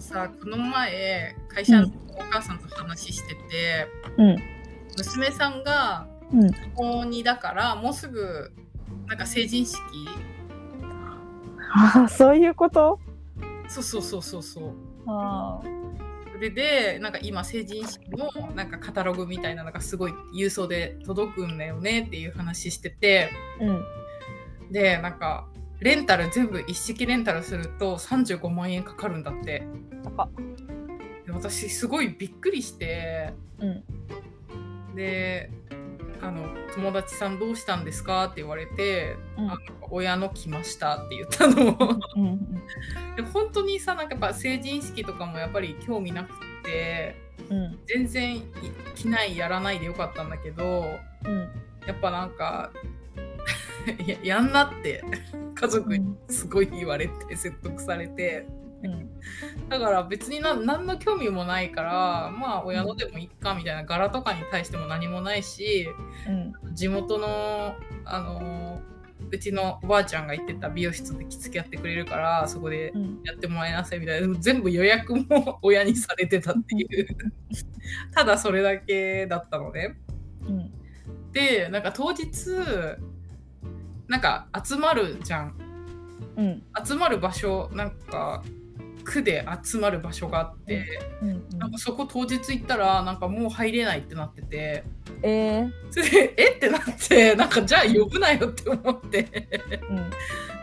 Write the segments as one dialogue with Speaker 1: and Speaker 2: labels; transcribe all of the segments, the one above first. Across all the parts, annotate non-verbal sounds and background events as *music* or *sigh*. Speaker 1: さこの前会社のお母さんと話してて、
Speaker 2: うん
Speaker 1: 娘さんが
Speaker 2: うん
Speaker 1: 高2だからもうすぐなんか成人式
Speaker 2: ああそういうこと
Speaker 1: そうそうそうそうそう
Speaker 2: あ
Speaker 1: それでなんか今成人式のなんかカタログみたいなのがすごい郵送で届くんだよねっていう話してて
Speaker 2: うん
Speaker 1: でなんかレンタル全部一式レンタルすると35万円かかるんだって
Speaker 2: 高っ
Speaker 1: で私すごいびっくりして
Speaker 2: うん
Speaker 1: であの友達さんどうしたんですかって言われて、
Speaker 2: うん
Speaker 1: あの親の来ましたって言った
Speaker 2: *laughs*
Speaker 1: の
Speaker 2: うんうん
Speaker 1: で本当にさなんかやっぱ成人式とかもやっぱり興味なくって
Speaker 2: うん
Speaker 1: 全然い着ないやらないでよかったんだけど
Speaker 2: うん
Speaker 1: やっぱなんか *laughs* ややんなって家族にすごい言われて説得されて
Speaker 2: うん
Speaker 1: だから別にな何の興味もないからまあ親のでもいっかみたいな柄とかに対しても何もないし
Speaker 2: うん
Speaker 1: 地元のあのうちのおばあちゃんが行ってた美容室で着付けやってくれるからそこで
Speaker 2: うん
Speaker 1: やってもらいなさいみたいなでも全部予約も親にされてたっていう *laughs* ただそれだけだったのね
Speaker 2: うん
Speaker 1: でなんか当日なんか集まるじゃん
Speaker 2: うん
Speaker 1: 集まる場所なんか区で集まる場所があって、
Speaker 2: うん
Speaker 1: なんかそこ当日行ったらなんかもう入れないってなってて
Speaker 2: え
Speaker 1: それで *laughs* えってなってなんかじゃあ呼ぶなよって思って
Speaker 2: えうん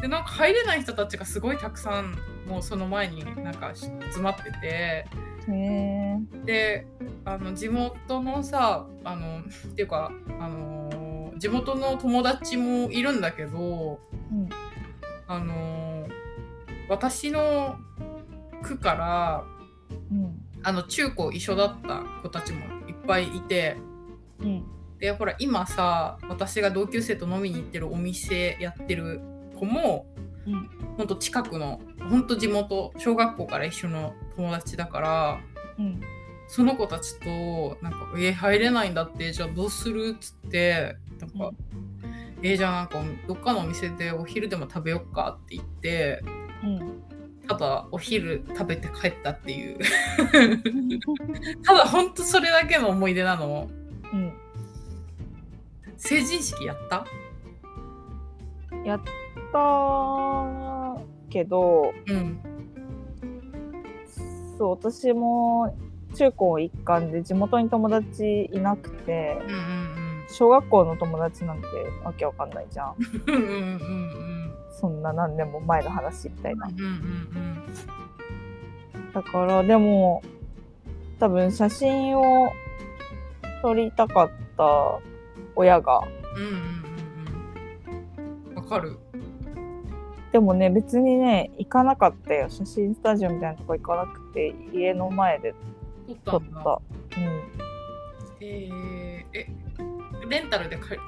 Speaker 1: でなんか入れない人たちがすごいたくさんもうその前になんか集まってて
Speaker 2: へ
Speaker 1: であの地元のさあのっていうかあの地元の友達もいるんだけど
Speaker 2: うん
Speaker 1: あの私の区から
Speaker 2: うん
Speaker 1: あの中高一緒だった子たちもいっぱいいて
Speaker 2: うん
Speaker 1: でほら今さ私が同級生と飲みに行ってるお店やってる子も
Speaker 2: うん
Speaker 1: ほんと近くのほんと地元小学校から一緒の友達だから
Speaker 2: うん
Speaker 1: その子たちとなんか「え入れないんだってじゃあどうする?」っつってなんか
Speaker 2: うん
Speaker 1: 「えじゃあなんかどっかのお店でお昼でも食べよっか」って言って
Speaker 2: うん
Speaker 1: ただお昼食べて帰ったっていう *laughs* ただほんとそれだけの思い出なの
Speaker 2: う
Speaker 1: 成人式やった
Speaker 2: んやったけど
Speaker 1: うん
Speaker 2: そう私も中高一貫で地元に友達いなくて
Speaker 1: うんうん
Speaker 2: 小学校の友達なんてわけわかんないじゃん
Speaker 1: うんうんうんうん
Speaker 2: そんな何年も前の話みたいな
Speaker 1: うんうんうん
Speaker 2: だからでも多分写真を撮りたかった親が
Speaker 1: うんうんうんわかる
Speaker 2: でもね別にね行かなかったよ写真スタジオみたいなとこ行かなくて家の前で
Speaker 1: 撮った
Speaker 2: 撮っ
Speaker 1: んだ
Speaker 2: た
Speaker 1: えー、えレンタルで借り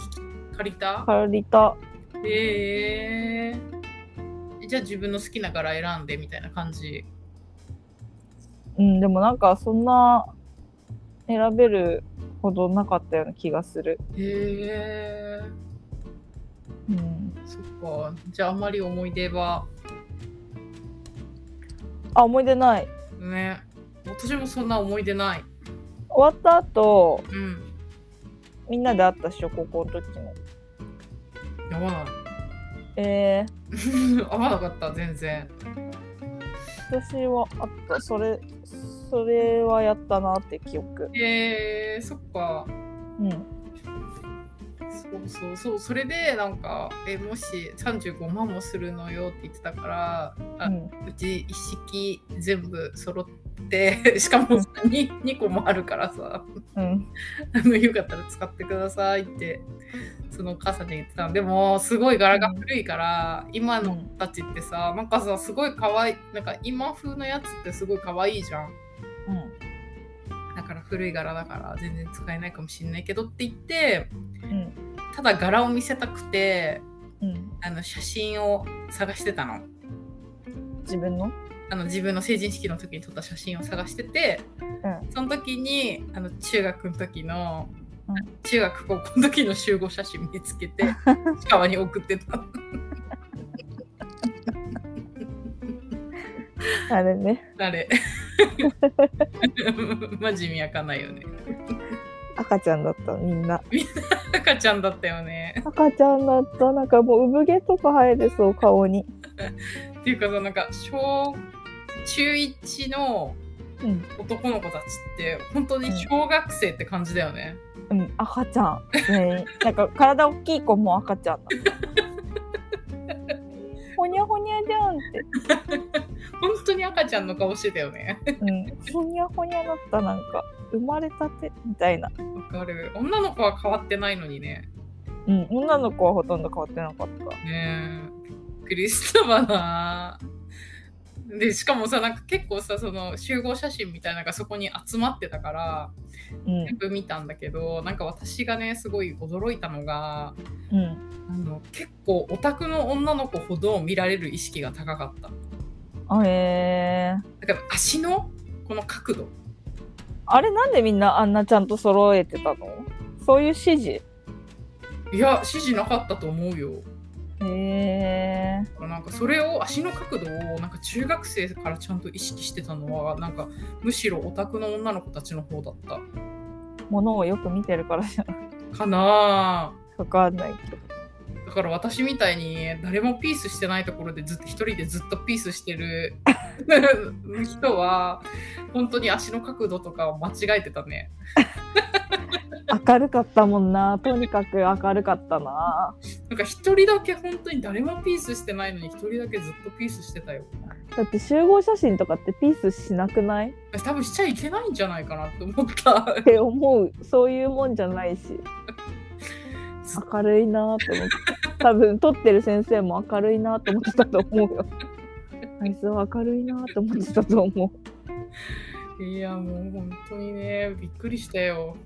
Speaker 1: 借りた
Speaker 2: うん借りた
Speaker 1: えー、じゃあ自分の好きな柄選んでみたいな感じ
Speaker 2: うんでもなんかそんな選べるほどなかったような気がする
Speaker 1: へえ
Speaker 2: うん
Speaker 1: ー、そっかじゃああんまり思い出は
Speaker 2: あ思い出ない
Speaker 1: ね私もそんな思い出ない
Speaker 2: 終わった後
Speaker 1: うん
Speaker 2: みんなで会ったっしょ高校の時も
Speaker 1: やばない
Speaker 2: えー、
Speaker 1: 合わなかった全然
Speaker 2: 私はあったそれそれはやったなって記憶
Speaker 1: えー、そっか
Speaker 2: うん
Speaker 1: そうそうそうそれでなんかえもし35万もするのよって言ってたからあ
Speaker 2: うん
Speaker 1: うち一式全部揃って *laughs* しかも 2, 2個もあるからさ
Speaker 2: うん
Speaker 1: あのよかったら使ってくださいってそのお母さんに言ってたのでもすごい柄が古いから、今の子たちってさなんかさすごい可愛いなんか今風のやつってすごい可愛いじゃんだから古い柄だから全然使えないかもしれないけどって言って
Speaker 2: うん
Speaker 1: ただ柄を見せたくて
Speaker 2: うん
Speaker 1: あの写真を探してたの
Speaker 2: 自分の
Speaker 1: あの自分の成人式の時に撮った写真を探してて、
Speaker 2: う
Speaker 1: その時にあの中学の時の、
Speaker 2: うん
Speaker 1: 中学高校の時の集合写真見つけ
Speaker 2: *laughs*
Speaker 1: て川に送ってた
Speaker 2: あれね
Speaker 1: *laughs* あれマジ見開かないよね。
Speaker 2: 赤ちゃんだったみんな
Speaker 1: 赤ちゃんだったよね。
Speaker 2: 赤ちゃんだったなんかもう産毛とか生えてそう顔に
Speaker 1: っていうかさ、なんか、小、中1の
Speaker 2: うん、
Speaker 1: 男の子たちって、本当に小学生って感じだよね。
Speaker 2: うん、赤ちゃん全員なんか体大きい子も赤ちゃんだほにゃほにゃじゃんって
Speaker 1: 本当に赤ちゃんの顔してたよね。
Speaker 2: うん、ほにゃほにゃだったなんか生まれたてみたいな、
Speaker 1: わかる。女の子は変わってないのにね。
Speaker 2: うん、女の子はほとんど変わってなかった
Speaker 1: ねえ。クリスタバな。で、しかもさ、なんか結構さ、その集合写真みたいなのがそこに集まってたから、
Speaker 2: うん
Speaker 1: 全部見たんだけど、なんか私がね、すごい驚いたのが、
Speaker 2: うん
Speaker 1: あの結構オタクの女の子ほど見られる意識が高かった。
Speaker 2: あえー、
Speaker 1: だから足のこの角度。
Speaker 2: あれなんでみんなあんなちゃんと揃えてたのそういう指示へ
Speaker 1: いや、指示なかったと思うよ。
Speaker 2: えー、
Speaker 1: なんかそれを足の角度をなんか中学生からちゃんと意識してたのはなんかむしろオタクの女の子たちの方だった
Speaker 2: ものをよく見てるからじゃない
Speaker 1: かな
Speaker 2: わかんないけど
Speaker 1: ぁだから私みたいに誰もピースしてないところでずっと一人でずっとピースしてる人は本当に足の角度とかを間違えてたね
Speaker 2: 明るかったもんなとにかく明るかったな
Speaker 1: なんか一人だけ本当に誰もピースしてないのに一人だけずっとピースしてたよ
Speaker 2: だって集合写真とかってピースしなくない
Speaker 1: 多分しちゃいけないんじゃないかなって思った *laughs*
Speaker 2: って思うそういうもんじゃないし明るいなって思った多分撮ってる先生も明るいなと思ってたと思うよあいつは明るいなと思ってたと思
Speaker 1: いやもう本当にねびっくりしたよ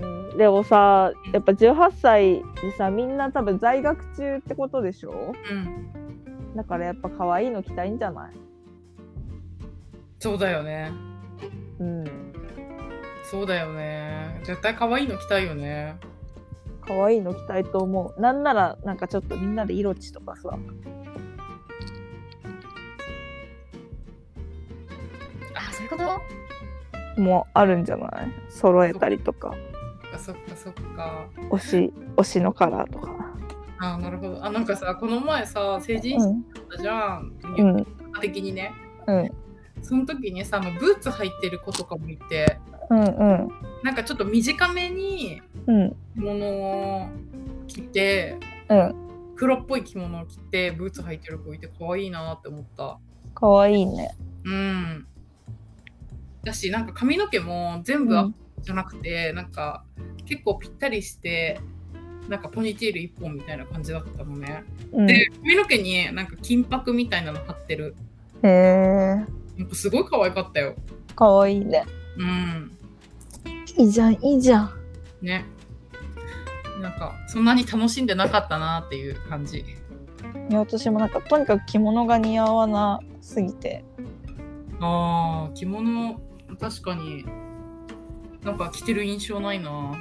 Speaker 2: う、うん、でもさやっぱ18歳でさみんな多分在学中ってことでしょ
Speaker 1: うん
Speaker 2: だからやっぱ可愛いの着たいんじゃない
Speaker 1: そうだよね。
Speaker 2: うん
Speaker 1: そうだよね。絶対可愛いの着たいよね。
Speaker 2: 可愛いの着たいと思うなんならなんかちょっとみんなで色地とかさ
Speaker 1: あ、そういうこと
Speaker 2: もあるんじゃない揃えたりとか
Speaker 1: そっかそっか。
Speaker 2: 推し推しのカラーとか
Speaker 1: あ、なるほど。あ、なんかさ、この前さ、成人
Speaker 2: う
Speaker 1: 式
Speaker 2: ん
Speaker 1: だったじゃん。
Speaker 2: う
Speaker 1: 結
Speaker 2: ん
Speaker 1: 果的にね。
Speaker 2: うん
Speaker 1: その時にさ、あのブーツ履いてる子とかもいて、
Speaker 2: うんうん
Speaker 1: なんかちょっと短めに
Speaker 2: うん
Speaker 1: 着物を着て、
Speaker 2: うん
Speaker 1: 黒っぽい着物を着て、ブーツ履いてる子いて、可愛いなって思った。
Speaker 2: 可愛いね
Speaker 1: うん。だし、なんか髪の毛も全部アップじゃなくてなんか結構ぴったりしてなんかポニーテール一本みたいな感じだったのね、
Speaker 2: うん
Speaker 1: で髪の毛になんか金箔みたいなの貼ってる
Speaker 2: へえ
Speaker 1: なんかすごい可愛かったよ
Speaker 2: かわいいね
Speaker 1: うん
Speaker 2: いいじゃんいいじゃん
Speaker 1: ねなんかそんなに楽しんでなかったなっていう感じ
Speaker 2: いや私もなんかとにかく着物が似合わなすぎて
Speaker 1: あー着物確かになんか着てる印象ないな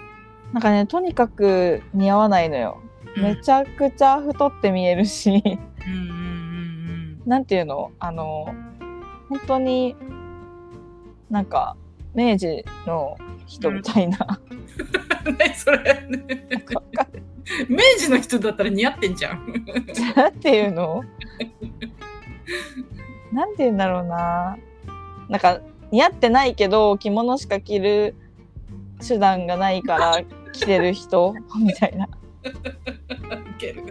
Speaker 2: なんかねとにかく似合わないのよめちゃくちゃ太って見えるし *laughs*
Speaker 1: うんうんうん
Speaker 2: なんていうのあの本当になんか明治の人みたいな、 *laughs*
Speaker 1: うん何それ明治の人だったら似合ってんじゃん
Speaker 2: なんていうのなんて言うんだろうななんか似合ってないけど着物しか着る手段がないから *laughs* 着てる人みたいな
Speaker 1: ウケる